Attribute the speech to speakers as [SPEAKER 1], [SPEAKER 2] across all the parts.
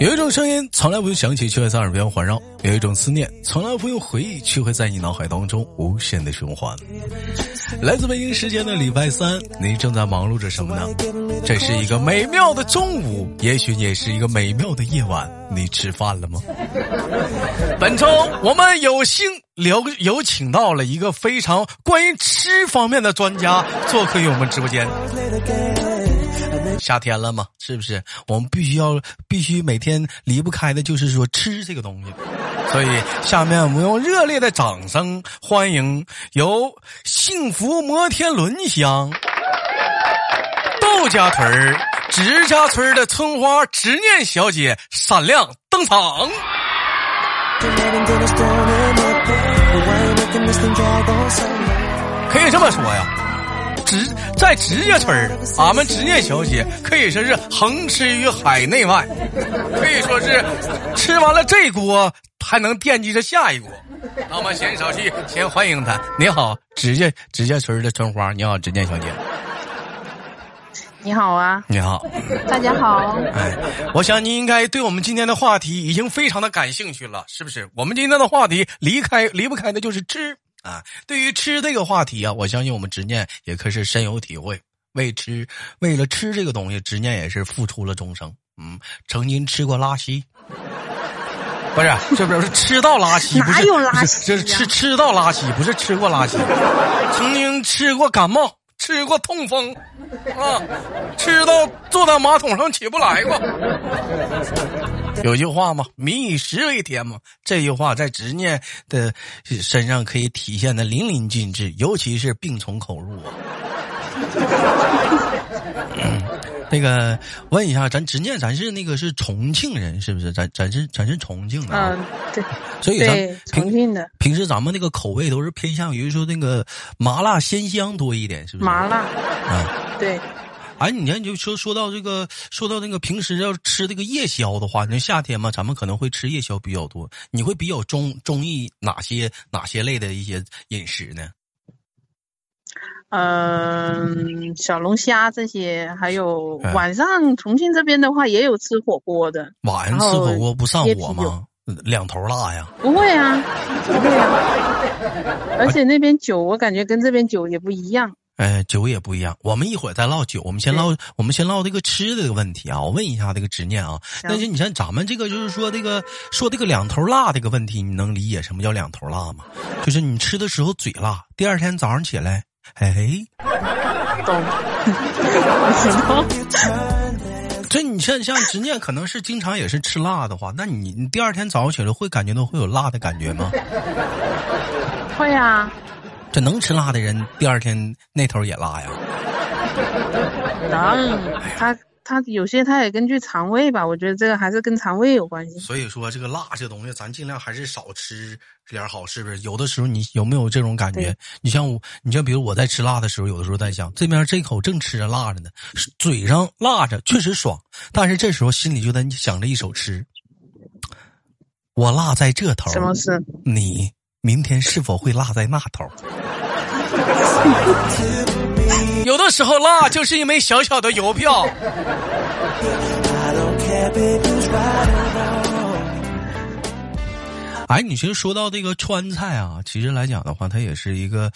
[SPEAKER 1] 有一种声音从来不用响起，却会在耳边环绕；有一种思念从来不用回忆，却会在你脑海当中无限的循环。来自北京时间的礼拜三，你正在忙碌着什么呢？这是一个美妙的中午，也许也是一个美妙的夜晚。你吃饭了吗？本周我们有幸聊有请到了一个非常关于吃方面的专家做客于我们直播间。夏天了嘛，是不是？我们必须要必须每天离不开的就是说吃这个东西。所以，下面我们用热烈的掌声欢迎由幸福摩天轮乡窦家屯儿植家村的村花执念小姐闪亮登场。可以这么说呀。直在直家村儿，俺们执念小姐可以说是横吃于海内外，可以说是吃完了这锅还能惦记着下一锅。那我们闲少叙，先欢迎她。你好，直家直家村的春花，你好，执念小姐。
[SPEAKER 2] 你好啊，
[SPEAKER 1] 你好，
[SPEAKER 2] 大家好。
[SPEAKER 1] 哎，我想你应该对我们今天的话题已经非常的感兴趣了，是不是？我们今天的话题离开离不开的就是吃。啊，对于吃这个话题啊，我相信我们执念也可是深有体会。为吃，为了吃这个东西，执念也是付出了终生。嗯，曾经吃过拉稀，不是，这不是吃到拉稀，不
[SPEAKER 2] 哪
[SPEAKER 1] 是
[SPEAKER 2] 有拉
[SPEAKER 1] 不是
[SPEAKER 2] 稀呀
[SPEAKER 1] 这是吃吃到拉稀，不是吃过拉稀。曾经吃过感冒，吃过痛风，啊，吃到坐在马桶上起不来过。有句话嘛，“民以食为天”嘛，这句话在执念的身上可以体现的淋漓尽致，尤其是病从口入啊。 嗯那个，问一下，咱执念，咱是那个是重庆人，是不是？咱咱是咱是重庆的、啊，
[SPEAKER 2] 嗯，对
[SPEAKER 1] 所以咱
[SPEAKER 2] 对，重
[SPEAKER 1] 平
[SPEAKER 2] 庆的
[SPEAKER 1] 平时咱们那个口味都是偏向于说那个麻辣鲜香多一点，是不是？
[SPEAKER 2] 麻辣，
[SPEAKER 1] 啊，
[SPEAKER 2] 对，
[SPEAKER 1] 哎，你看，你就说说到这个，说到那个平时要吃这个夜宵的话，你说夏天嘛，咱们可能会吃夜宵比较多。你会比较中中意哪些哪些类的一些饮食呢？
[SPEAKER 2] 嗯，小龙虾这些，还有
[SPEAKER 1] 哎
[SPEAKER 2] 晚上重庆这边的话也有吃火锅的，
[SPEAKER 1] 晚上吃火锅不上
[SPEAKER 2] 然后
[SPEAKER 1] 火
[SPEAKER 2] 椰啤
[SPEAKER 1] 吗？两头辣呀！
[SPEAKER 2] 不会啊，不会啊，而且那边酒我感觉跟这边酒也不一样，
[SPEAKER 1] 哎，酒也不一样。我们一会儿再唠酒，我们先唠，我们先唠这个吃的这个问题啊。我问一下这个执念啊，
[SPEAKER 2] 行
[SPEAKER 1] 但是你看咱们这个就是说这个说这个两头辣这个问题，你能理解什么叫两头辣吗？就是你吃的时候嘴辣，第二天早上起来，哎，
[SPEAKER 2] 懂？我知道，
[SPEAKER 1] 这你像像执念可能是经常也是吃辣的话，那你你第二天早上起来会感觉到会有辣的感觉吗？
[SPEAKER 2] 会啊，
[SPEAKER 1] 这能吃辣的人第二天那头也辣呀。
[SPEAKER 2] 能，他他有些他也根据肠胃吧，我觉得这个还是跟肠胃有关系。
[SPEAKER 1] 所以说这个辣这东西，咱尽量还是少吃点儿好，是不是？有的时候你有没有这种感觉
[SPEAKER 2] 对？
[SPEAKER 1] 你像我，你像比如我在吃辣的时候，有的时候在想，这边这口正吃着辣着呢，嘴上辣着确实爽，但是这时候心里就在想着一手吃，我辣在这头，
[SPEAKER 2] 什么事？
[SPEAKER 1] 你明天是否会辣在那 头？ 有的时候辣就是一枚小小的邮票。哎，你其实说到这个川菜啊，其实来讲的话，它也是一个，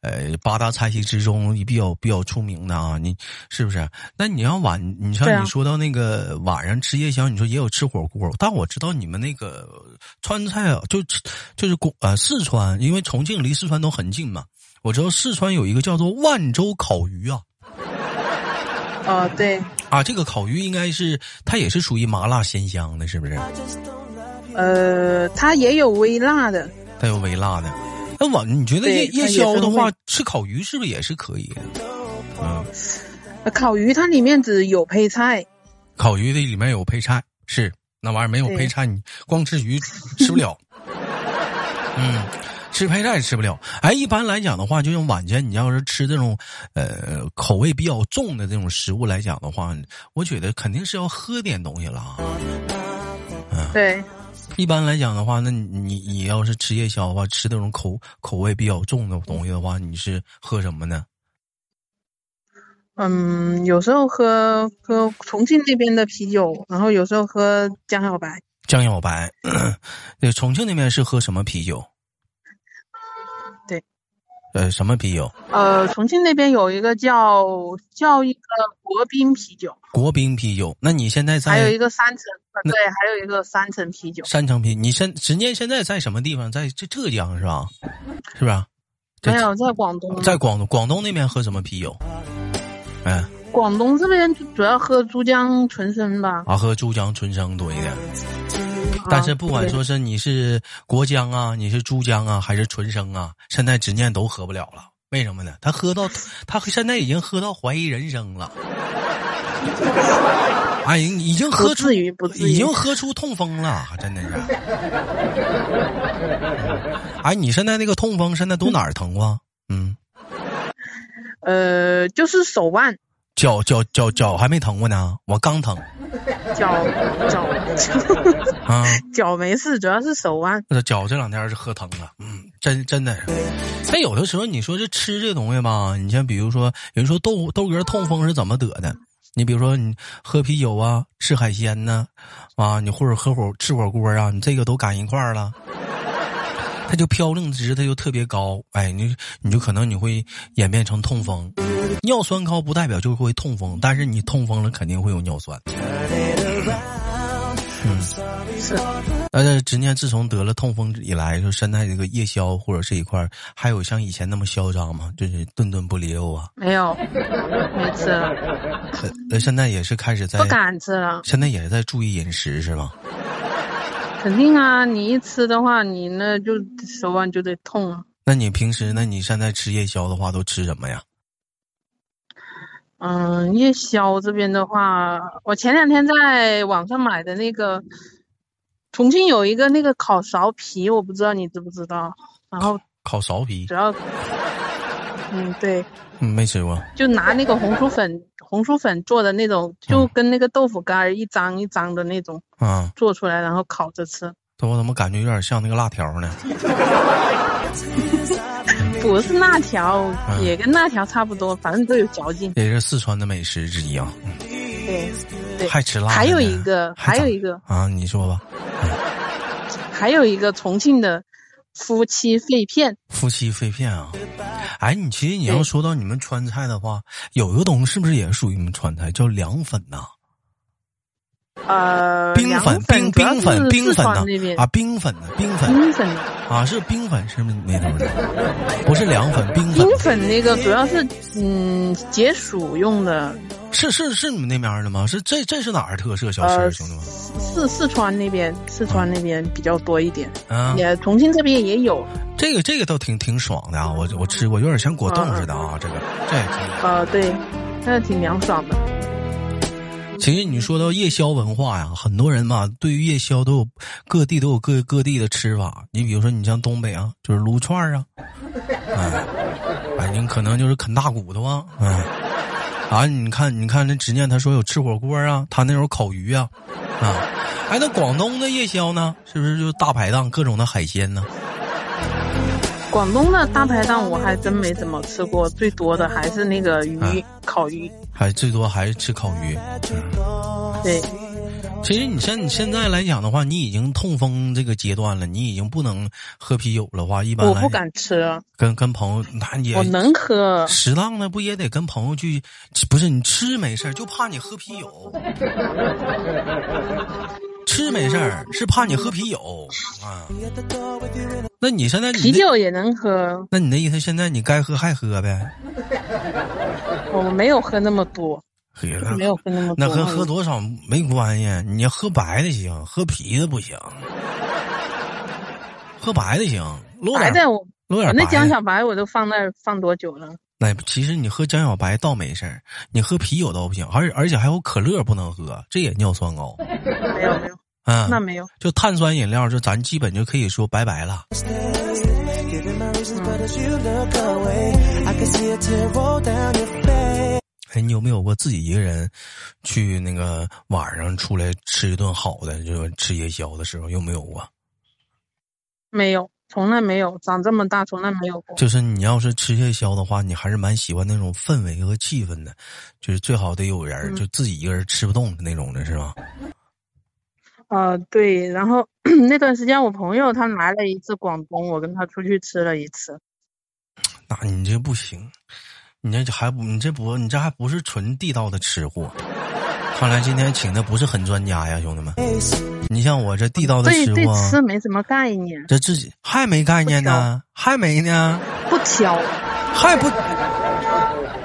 [SPEAKER 1] 呃，八大菜系之中比较比较出名的啊。你是不是？那你要晚，你像
[SPEAKER 2] 对啊
[SPEAKER 1] 你说到那个晚上吃夜宵，你说也有吃火锅，但我知道你们那个川菜啊，就就是广呃四川，因为重庆离四川都很近嘛。我知道四川有一个叫做万州烤鱼啊，
[SPEAKER 2] 哦，对，
[SPEAKER 1] 啊，这个烤鱼应该是它也是属于麻辣鲜香的，是不是？
[SPEAKER 2] 呃，它也有微辣的，
[SPEAKER 1] 它有微辣的。那晚你觉得夜
[SPEAKER 2] 对
[SPEAKER 1] 夜
[SPEAKER 2] 它也
[SPEAKER 1] 宵的
[SPEAKER 2] 分
[SPEAKER 1] 话
[SPEAKER 2] 味，
[SPEAKER 1] 吃烤鱼是不是也是可以的？嗯，
[SPEAKER 2] 呃烤鱼它里面只有配菜，
[SPEAKER 1] 烤鱼的里面有配菜，是那玩意儿没有
[SPEAKER 2] 对
[SPEAKER 1] 配菜，你光吃鱼吃不 了。嗯，吃配菜吃不了。哎，一般来讲的话，就像晚间你要是吃这种呃口味比较重的这种食物来讲的话，我觉得肯定是要喝点东西了啊。
[SPEAKER 2] 对，
[SPEAKER 1] 一般来讲的话，那你你你要是吃夜宵的话，吃那种口口味比较重的东西的话，你是喝什么呢？
[SPEAKER 2] 嗯，有时候喝喝重庆那边的啤酒，然后有时候喝江小白。
[SPEAKER 1] 江小白， 对，重庆那边是喝什么啤酒？
[SPEAKER 2] 对，
[SPEAKER 1] 呃，什么啤酒？
[SPEAKER 2] 呃，重庆那边有一个叫叫一个国宾啤酒，
[SPEAKER 1] 国宾啤酒。那你现在
[SPEAKER 2] 还有一
[SPEAKER 1] 在
[SPEAKER 2] 个三层，呃对，还有一个三层啤酒。
[SPEAKER 1] 山城啤？你现时间现在在什么地方？在浙浙江是吧？是吧？这
[SPEAKER 2] 没有在广东，
[SPEAKER 1] 在广东广东那边喝什么啤酒？嗯，
[SPEAKER 2] 广东这边主要喝珠江纯生吧。
[SPEAKER 1] 啊，喝珠江纯生多一点。但是不管
[SPEAKER 2] 啊对
[SPEAKER 1] 说是你是国江啊，你是珠江啊，还是纯生啊，现在执念都喝不了了。为什么呢？他喝到他现在已经喝到怀疑人生了，哎，已经喝
[SPEAKER 2] 不
[SPEAKER 1] 出
[SPEAKER 2] 至于不至于
[SPEAKER 1] 已经喝出痛风了，真的是。哎，你现在那个痛风现在都哪儿疼啊？嗯，
[SPEAKER 2] 呃，就是手腕、
[SPEAKER 1] 脚脚脚脚还没疼过呢，我刚疼
[SPEAKER 2] 脚、脚、 脚
[SPEAKER 1] 啊。
[SPEAKER 2] 脚没事，主要是手腕。
[SPEAKER 1] 这脚这两天是喝疼了，嗯，真真的是。但有的时候你说这吃这东西吧，你像比如说，有人说豆豆哥痛风是怎么得的？你比如说你喝啤酒啊，吃海鲜呢、啊，你或者喝火吃火锅啊，你这个都赶一块儿了，它就嘌呤值它就特别高，哎，你你就可能你会演变成痛风。尿酸高不代表就会痛风，但是你痛风了肯定会有尿酸。呃但是执念自从得了痛风以来，就现在这个夜宵或者这一块儿，还有像以前那么嚣张吗？就是顿顿不离肉啊。
[SPEAKER 2] 没有，没吃了，
[SPEAKER 1] 呃呃，现在也是开始在
[SPEAKER 2] 不，敢吃了。
[SPEAKER 1] 现在也是在注意饮食是吗？
[SPEAKER 2] 肯定啊，你一吃的话，你那就手腕就得痛啊。
[SPEAKER 1] 那你平时，那你现在吃夜宵的话，都吃什么呀？
[SPEAKER 2] 嗯，夜宵这边的话，我前两天在网上买的那个，重庆有一个那个烤苕皮，我不知道你知不知道。然后
[SPEAKER 1] 烤苕皮
[SPEAKER 2] 只，要，嗯，对，
[SPEAKER 1] 嗯，没吃过。
[SPEAKER 2] 就拿那个红薯粉，红薯粉做的那种，就跟那个豆腐干儿一张一张的那种
[SPEAKER 1] 啊，
[SPEAKER 2] 做出来，然后烤着吃。
[SPEAKER 1] 这我怎么感觉有点像那个辣条呢？
[SPEAKER 2] 不是辣条，
[SPEAKER 1] 嗯
[SPEAKER 2] 也跟辣条差不多，反正都有嚼劲。
[SPEAKER 1] 也是四川的美食之一啊，嗯
[SPEAKER 2] 对，对
[SPEAKER 1] 还吃辣的呢。
[SPEAKER 2] 还有一个，还有
[SPEAKER 1] 咋
[SPEAKER 2] 一个，
[SPEAKER 1] 啊，你说吧，
[SPEAKER 2] 还有一个重庆的夫妻肺片，
[SPEAKER 1] 夫妻肺片啊。哎，你其实你要
[SPEAKER 2] 对
[SPEAKER 1] 说到你们川菜的话，有一个东西是不是也属于你们川菜，叫凉粉呐、
[SPEAKER 2] 呃，
[SPEAKER 1] 冰
[SPEAKER 2] 凉
[SPEAKER 1] 粉
[SPEAKER 2] 粉、
[SPEAKER 1] 冰
[SPEAKER 2] 主要
[SPEAKER 1] 冰粉
[SPEAKER 2] 是
[SPEAKER 1] 冰
[SPEAKER 2] 四
[SPEAKER 1] 粉
[SPEAKER 2] 川
[SPEAKER 1] 呐
[SPEAKER 2] 那边
[SPEAKER 1] 啊，冰粉呢冰粉
[SPEAKER 2] 冰粉啊，
[SPEAKER 1] 啊是冰粉是不是那头的？不是凉粉冰粉
[SPEAKER 2] 冰粉那个主要是嗯解暑用的，
[SPEAKER 1] 是是是你们那边的吗？是这这是哪儿特色小吃
[SPEAKER 2] 呃，
[SPEAKER 1] 啊，兄弟们？
[SPEAKER 2] 四四川那边，四川那边比较多一点，
[SPEAKER 1] 啊，
[SPEAKER 2] 也重庆这边也有，
[SPEAKER 1] 这个这个倒挺挺爽的啊，我我吃过，有点像果冻似的啊，这个这也挺
[SPEAKER 2] 呃，对，那挺凉爽的。
[SPEAKER 1] 其实你说到夜宵文化呀，很多人嘛，对于夜宵都有各地都有各各地的吃法。你比如说，你像东北啊，就是撸串儿啊，哎，哎，您可能就是啃大骨头啊，哎，啊，你看，你看那执念，他说有吃火锅啊，他那有烤鱼啊，啊，哎，那广东的夜宵呢，是不是就大排档各种的海鲜呢？
[SPEAKER 2] 广东的大排档我还真没怎么吃过，最多的还是那个鱼、
[SPEAKER 1] 嗯
[SPEAKER 2] 烤鱼，
[SPEAKER 1] 还最多还是吃烤鱼。嗯哦
[SPEAKER 2] 对，
[SPEAKER 1] 其实你像你现在来讲的话，你已经痛风这个阶段了，你已经不能喝啤酒的话，一般
[SPEAKER 2] 我
[SPEAKER 1] 来
[SPEAKER 2] 不
[SPEAKER 1] 讲
[SPEAKER 2] 敢吃了，
[SPEAKER 1] 跟跟朋友，那也
[SPEAKER 2] 我能喝，
[SPEAKER 1] 适当的不也得跟朋友去？不是你吃没事儿就怕你喝啤酒。吃没事儿是怕你喝啤酒啊。那你现在你
[SPEAKER 2] 啤
[SPEAKER 1] 那
[SPEAKER 2] 酒也能喝，
[SPEAKER 1] 那你那意思，现在你该喝还喝呗？
[SPEAKER 2] 我没有喝那么多，
[SPEAKER 1] 喝
[SPEAKER 2] 没有喝那
[SPEAKER 1] 嗯
[SPEAKER 2] 么多。
[SPEAKER 1] 那跟喝多少没关系，你要喝白的行，喝啤的不行。喝白的行，搂
[SPEAKER 2] 白
[SPEAKER 1] 点
[SPEAKER 2] 的我，
[SPEAKER 1] 搂点
[SPEAKER 2] 我
[SPEAKER 1] 白
[SPEAKER 2] 那
[SPEAKER 1] 的。
[SPEAKER 2] 江小白我都放那儿放多久了？
[SPEAKER 1] 那其实你喝江小白倒没事儿，你喝啤酒倒不行，而而且还有可乐不能喝，这也尿酸 高。
[SPEAKER 2] 没有没有，
[SPEAKER 1] 嗯，
[SPEAKER 2] 那没有，
[SPEAKER 1] 就碳酸饮料，就咱基本就可以说拜拜了。
[SPEAKER 3] Giving my reasons, but as you look away, I can see a tear roll down your face.
[SPEAKER 1] 哎，你有没有过自己一个人去那个晚上出来吃一顿好的，就是吃夜宵的时候，有没有过？
[SPEAKER 2] 没有，从来没有，长这么大从来没有过。
[SPEAKER 1] 就是你要是吃夜宵的话，你还是蛮喜欢那种氛围和气氛的，就是最好得有人儿，
[SPEAKER 2] 嗯
[SPEAKER 1] 就自己一个人吃不动的那种的，是吧？
[SPEAKER 2] 呃，对，然后 那段时间我朋友他来了一次广东，我跟他出去吃了一次。
[SPEAKER 1] 那你这不行，你这还不你这不你这还不是纯地道的吃货，看来今天请的不是很专家呀，兄弟们。
[SPEAKER 3] Ace,
[SPEAKER 1] 你像我这地道的
[SPEAKER 2] 对
[SPEAKER 1] 吃
[SPEAKER 2] 对
[SPEAKER 1] 货，啊
[SPEAKER 2] 吃没什么概念，
[SPEAKER 1] 这自己还没概念呢，还没呢，
[SPEAKER 2] 不挑。
[SPEAKER 1] 还不。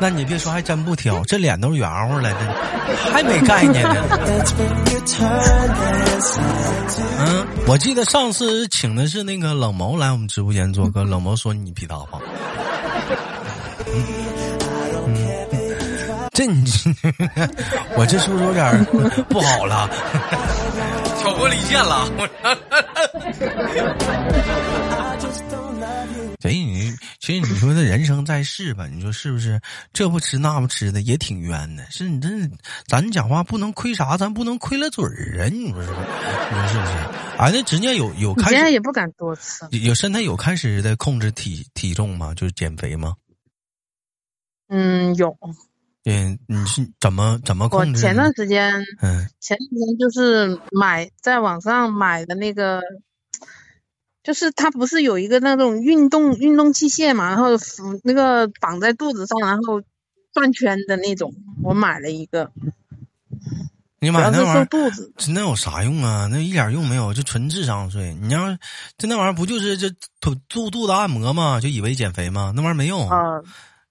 [SPEAKER 1] 那你别说，还真不挑，这脸都圆乎了，这还没概念呢。
[SPEAKER 3] that's when you turn inside to
[SPEAKER 1] 嗯，我记得上次请的是那个冷毛来我们直播间做客，冷毛说你比他胖。嗯嗯嗯，这你 我这是不是有点儿不好了？ 挑拨离间了？
[SPEAKER 3] I just don't love you.
[SPEAKER 1] 所以你其实你说这人生在世吧，你说是不是？这不吃那不吃的也挺冤的。是你这咱讲话不能亏啥，咱不能亏了嘴儿啊！你说是不是？你说是不是？哎，那直接有有
[SPEAKER 2] 你
[SPEAKER 1] 开
[SPEAKER 2] 现
[SPEAKER 1] 始
[SPEAKER 2] 在也不敢多吃，
[SPEAKER 1] 有身材有开始在控制体体重吗？就是减肥吗？
[SPEAKER 2] 嗯，有。
[SPEAKER 1] 嗯，你是怎么怎么
[SPEAKER 2] 我
[SPEAKER 1] 控制呢？
[SPEAKER 2] 前段时间
[SPEAKER 1] 嗯
[SPEAKER 2] 前段时间就是买在网上买的那个，就是它不是有一个那种运动运动器械嘛，然后扶那个绑在肚子上，然后转圈的那种，我买了一个，
[SPEAKER 1] 你
[SPEAKER 2] 主
[SPEAKER 1] 买
[SPEAKER 2] 要
[SPEAKER 1] 哎那
[SPEAKER 2] 是
[SPEAKER 1] 玩意
[SPEAKER 2] 瘦
[SPEAKER 1] 儿
[SPEAKER 2] 肚子。
[SPEAKER 1] 真的有啥用啊？那一点用没有，就纯智商税。你要是就那玩意儿不就是这肚肚肚子按摩吗？就以为减肥吗？那玩意儿没用，
[SPEAKER 2] 啊，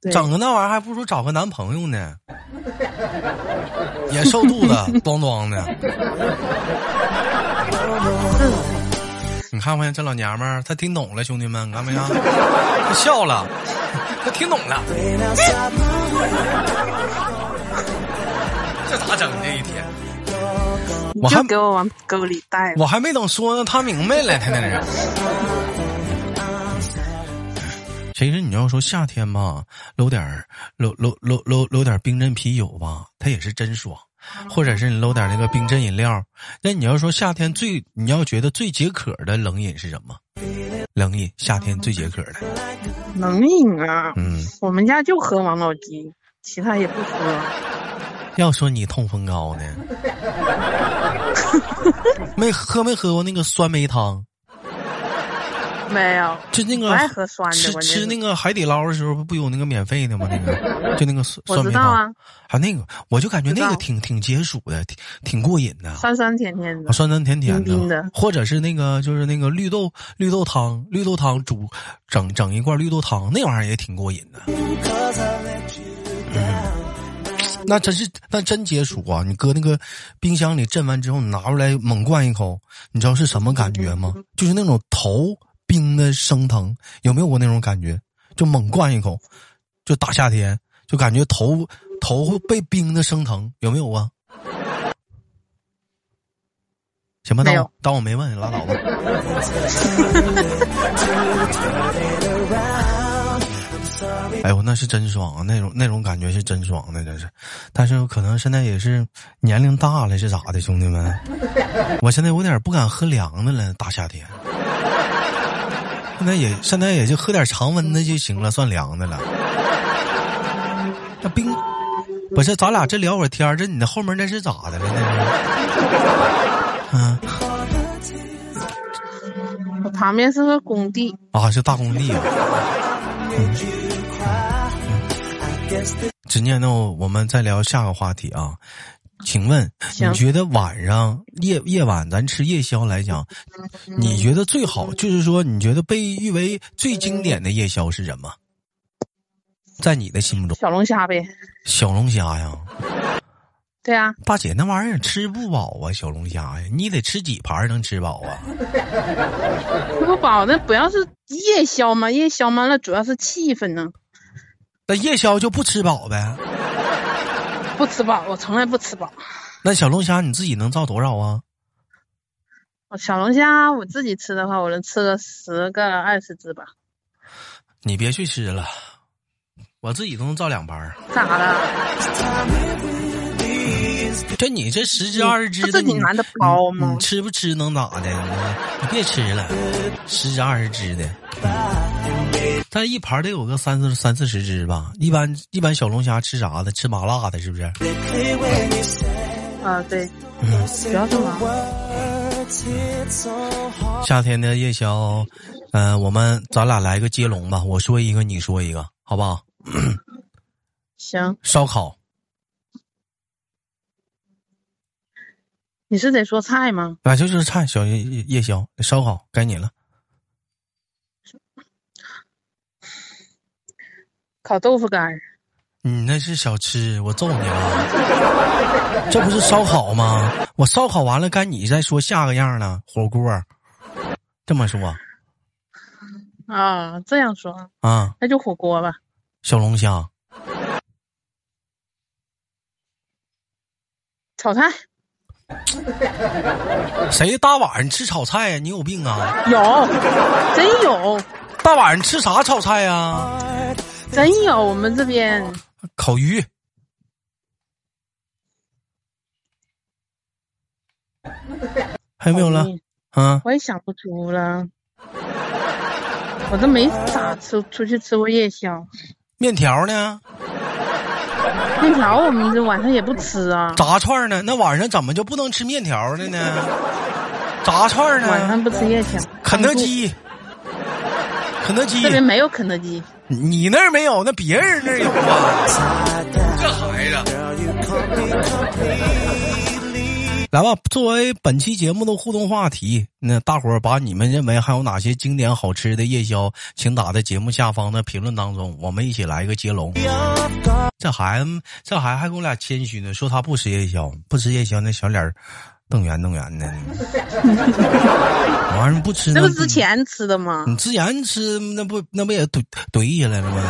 [SPEAKER 2] 对
[SPEAKER 1] 整个那玩意儿还不如找个男朋友呢，也瘦肚子，咣咣的。你看没看这老娘们儿，她听懂了，兄弟们，你看没看？她笑了，她听懂了。
[SPEAKER 3] Rain outside my
[SPEAKER 1] 这咋整这一天？
[SPEAKER 2] 你
[SPEAKER 1] 我还
[SPEAKER 2] 就给我往沟里带吧。
[SPEAKER 1] 我还没等说呢，他明白 了，他那是。其实你要说夏天吧，搂点儿搂搂搂搂搂点儿冰镇啤酒吧，它也是真爽，或者是你搂点儿那个冰镇饮料。那你要说夏天最你要觉得最解渴的冷饮是什么？冷饮，夏天最解渴的，
[SPEAKER 2] 冷饮啊，
[SPEAKER 1] 嗯。
[SPEAKER 2] 我们家就喝王老吉，其他也不喝。
[SPEAKER 1] 要说你痛风高 呢，没喝没喝过那个酸梅汤，
[SPEAKER 2] 没有，
[SPEAKER 1] 就那个
[SPEAKER 2] 不爱喝酸的
[SPEAKER 1] 吃，
[SPEAKER 2] 关键
[SPEAKER 1] 吃
[SPEAKER 2] 是
[SPEAKER 1] 那个海底捞的时候，不不有那个免费的吗？那 个就那个酸
[SPEAKER 2] 我
[SPEAKER 1] 酸
[SPEAKER 2] 知
[SPEAKER 1] 梅
[SPEAKER 2] 道
[SPEAKER 1] 汤，
[SPEAKER 2] 啊，
[SPEAKER 1] 还有那个，我就感觉
[SPEAKER 2] 知
[SPEAKER 1] 那个
[SPEAKER 2] 道
[SPEAKER 1] 挺挺解暑的，挺挺过瘾的，
[SPEAKER 2] 酸酸甜甜的
[SPEAKER 1] 啊，酸酸甜甜
[SPEAKER 2] 冰冰的
[SPEAKER 1] 或者是那个就是那个绿豆绿豆汤，绿豆汤煮整整一罐绿豆汤，那玩意儿也挺过瘾的，嗯
[SPEAKER 3] cause I let you down.
[SPEAKER 1] 那真是那真解暑啊！你搁那个冰箱里镇完之后，你拿出来猛灌一口，你知道是什么感觉吗？就是那种头冰的生疼，有没有过那种感觉？就猛灌一口，就大夏天，就感觉头头会被冰的生疼，有没有啊？行吧，当
[SPEAKER 2] 没
[SPEAKER 1] 我
[SPEAKER 2] 有
[SPEAKER 1] 当我没问，拉 倒吧。哎呦，那是真爽啊！那种那种感觉是真爽的，真是。但是可能现在也是年龄大了，是咋的，兄弟们？我现在有点不敢喝凉的了，大夏天。现在也现在也就喝点常温的就行了，算凉的了。那冰不是，咱俩这聊会儿天儿这你那后面那是咋的了？那是，嗯
[SPEAKER 2] 我旁边是个工地，
[SPEAKER 1] 啊，是大工地啊。
[SPEAKER 3] Guess the
[SPEAKER 1] 执念，那我们再聊下个话题啊。请问，
[SPEAKER 2] 行
[SPEAKER 1] 你觉得晚上夜夜晚咱吃夜宵来讲，你觉得最好就是说，你觉得被誉为最经典的夜宵是什么？在你的心目中，
[SPEAKER 2] 小龙虾呗。
[SPEAKER 1] 小龙虾呀，
[SPEAKER 2] 对啊，
[SPEAKER 1] 大姐那玩意儿吃不饱啊，小龙虾呀，你得吃几盘儿能吃饱啊？
[SPEAKER 2] 吃不饱那不要是夜宵嘛，夜宵嘛，那主要是气氛呢。
[SPEAKER 1] 那夜宵就不吃饱呗？
[SPEAKER 2] 不吃饱，我从来不吃饱。
[SPEAKER 1] 那小龙虾你自己能造多少啊？
[SPEAKER 2] 我小龙虾我自己吃的话，我能吃个十个二十只吧？
[SPEAKER 1] 你别去吃了，我自己都能造两盘儿。
[SPEAKER 2] 咋了？
[SPEAKER 3] time it really is
[SPEAKER 1] 这你这十只二十只的，
[SPEAKER 2] 这
[SPEAKER 1] 你
[SPEAKER 2] 挺难的包吗
[SPEAKER 1] 你吃不吃能咋的？你别吃了，十只二十只的，嗯但一盘得有个三四三四十只吧。一般一般小龙虾吃啥的？吃麻辣的，是不是？
[SPEAKER 2] 啊，对，
[SPEAKER 1] 嗯，
[SPEAKER 2] 主要是忙。
[SPEAKER 1] 夏天的夜宵，嗯、我们咱俩来个接龙吧，我说一个，你说一个，好不好？
[SPEAKER 2] 行，
[SPEAKER 1] 烧烤，
[SPEAKER 2] 你是得说菜吗？
[SPEAKER 1] 啊，就是菜小夜夜宵，烧烤，该你了。
[SPEAKER 2] 烤豆腐干儿，
[SPEAKER 1] 你嗯那是小吃，我揍你了！ 这不是烧烤吗？我烧烤完了，该你再说下个样呢。火锅，这么说
[SPEAKER 2] 啊，这样说，
[SPEAKER 1] 啊？
[SPEAKER 2] 那就火锅吧。
[SPEAKER 1] 小龙虾、
[SPEAKER 2] 炒菜
[SPEAKER 1] 谁大晚上吃炒菜呀、你有病啊！
[SPEAKER 2] 有，真有，
[SPEAKER 1] 大晚上吃啥炒菜呀、啊？
[SPEAKER 2] 真有，我们这边
[SPEAKER 1] 烤鱼、还有没有了
[SPEAKER 2] 烤鱼？
[SPEAKER 1] 啊，
[SPEAKER 2] 我也想不出了。我都没咋吃出去吃过夜宵，
[SPEAKER 1] 面条呢？
[SPEAKER 2] 面条我们这晚上也不吃啊，
[SPEAKER 1] 炸串呢？那晚上怎么就不能吃面条了 呢？炸串呢？
[SPEAKER 2] 晚上不吃夜宵。
[SPEAKER 1] 肯德基，肯德基
[SPEAKER 2] 这，边没有肯德基，
[SPEAKER 1] 嗯你那儿没有，那别人那儿有啊。这孩子， 来吧，作为本期节目的互动话题，那大伙儿把你们认为还有哪些经典好吃的夜宵，请打在节目下方的评论当中，我们一起来一个接龙。这孩子，这孩子还给我俩谦虚呢，说他不吃夜宵，不吃夜宵，那小脸儿瞪圆瞪圆的， 完事儿不吃
[SPEAKER 2] 这
[SPEAKER 1] 那
[SPEAKER 2] 不之前吃的吗？
[SPEAKER 1] 你之前吃那不那不也怼怼下来了吗？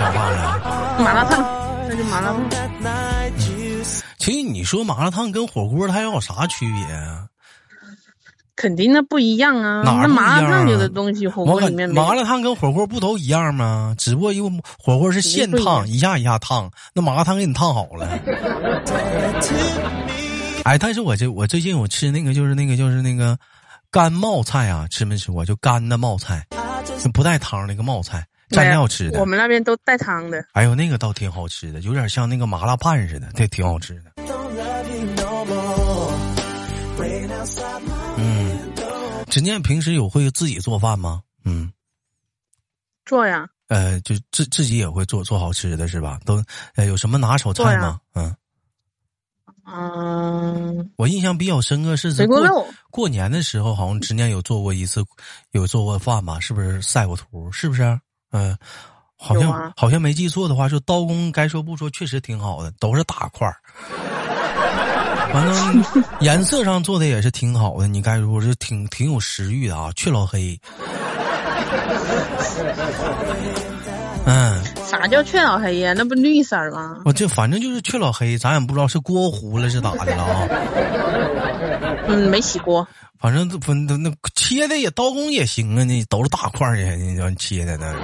[SPEAKER 1] 讲话了。
[SPEAKER 2] 麻辣烫，那就麻辣烫。
[SPEAKER 1] 其实你说麻辣烫跟火锅它有啥区别啊？
[SPEAKER 2] 肯定那不一样啊，
[SPEAKER 1] 哪儿
[SPEAKER 2] 那
[SPEAKER 1] 不
[SPEAKER 2] 麻
[SPEAKER 1] 一
[SPEAKER 2] 辣
[SPEAKER 1] 样啊
[SPEAKER 2] 烫有的东西火
[SPEAKER 1] 我
[SPEAKER 2] 锅
[SPEAKER 1] 感
[SPEAKER 2] 里面没有
[SPEAKER 1] 麻辣烫跟火锅不都一样吗？只不过因为火锅是现
[SPEAKER 2] 肯定不一
[SPEAKER 1] 烫，
[SPEAKER 2] 样
[SPEAKER 1] 一下一下烫，那麻辣烫给你烫好了。哎，但是我这我最近我吃那个就是那个就是那个干冒菜啊，吃没吃过？就干的冒菜，就不带汤那个冒菜，蘸料吃的
[SPEAKER 2] 我。们那边都带汤的，
[SPEAKER 1] 哎呦，那个倒挺好吃的，有点像那个麻辣拌似的，这挺好吃的。嗯，只念平时有会自己做饭吗？嗯，
[SPEAKER 2] 做呀，
[SPEAKER 1] 呃，就自自己也会做做好吃的是吧？都呃有什么拿手
[SPEAKER 2] 做
[SPEAKER 1] 菜
[SPEAKER 2] 呀
[SPEAKER 1] 吗？嗯，
[SPEAKER 2] 嗯，
[SPEAKER 1] 我印象比较深刻是在
[SPEAKER 2] 回锅
[SPEAKER 1] 过
[SPEAKER 2] 肉
[SPEAKER 1] 过年的时候，好像之前有做过一次，有做过饭吧？是不是晒过图？是不是？嗯、好像、
[SPEAKER 2] 有啊
[SPEAKER 1] 好像没记错的话，就刀工该说不说，确实挺好的，都是大块儿。完了，颜色上做的也是挺好的，你该说是挺挺有食欲的啊，雀老 黑。嗯，
[SPEAKER 2] 啥叫雀老黑呀？那不绿色儿吗？
[SPEAKER 1] 我这反正就是雀老黑，咱也不知道是锅糊了是咋的了啊。
[SPEAKER 2] 嗯，没洗锅，
[SPEAKER 1] 反正这不那那切的也刀工也行啊，那都是大块儿的，你让切的那是。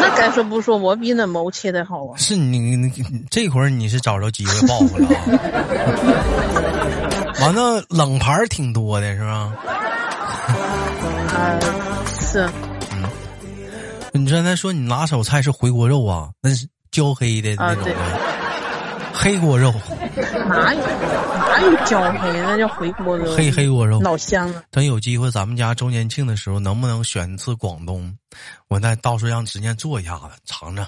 [SPEAKER 2] 那该说不说，我比那毛切的好啊。
[SPEAKER 1] 是你你你这会儿你是找着机会报复了啊！ 完了，冷盘儿挺多的是吧？
[SPEAKER 2] 啊，是
[SPEAKER 1] 你刚才说你拿手菜是回锅肉啊，那是焦黑的那种的，啊黑锅肉，
[SPEAKER 2] 哪有哪有焦黑，那叫回锅肉，
[SPEAKER 1] 黑黑锅肉。
[SPEAKER 2] 老香了。
[SPEAKER 1] 等有机会咱们家周年庆的时候，能不能选一次广东？我再到时候让执念做一下子尝尝。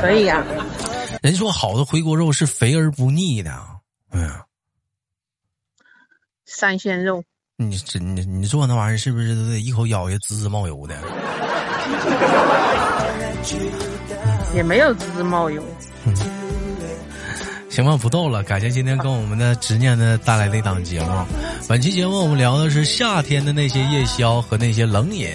[SPEAKER 2] 可以啊呀、
[SPEAKER 1] 人说好的回锅肉是肥而不腻的啊，哎呀。
[SPEAKER 2] 三鲜肉
[SPEAKER 1] 你这你你做那玩意儿是不是都得一口咬下滋滋冒油的？
[SPEAKER 2] 也没有滋滋冒油，
[SPEAKER 1] 行吧，不逗了，感谢今天跟我们的执念的带来的一档节目。本期节目我们聊的是夏天的那些夜宵和那些冷饮。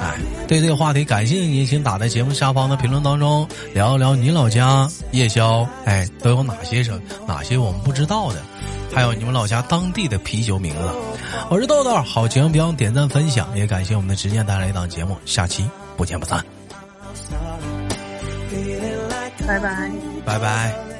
[SPEAKER 1] 哎，对这个话题感兴趣，请打在节目下方的评论当中聊一聊你老家夜宵，哎，都有哪些什哪些我们不知道的，还有你们老家当地的啤酒名字。我是豆豆，好节目别忘点赞分享，也感谢我们的执念带来一档节目，下期不见不散，
[SPEAKER 2] 拜拜。
[SPEAKER 1] 拜拜。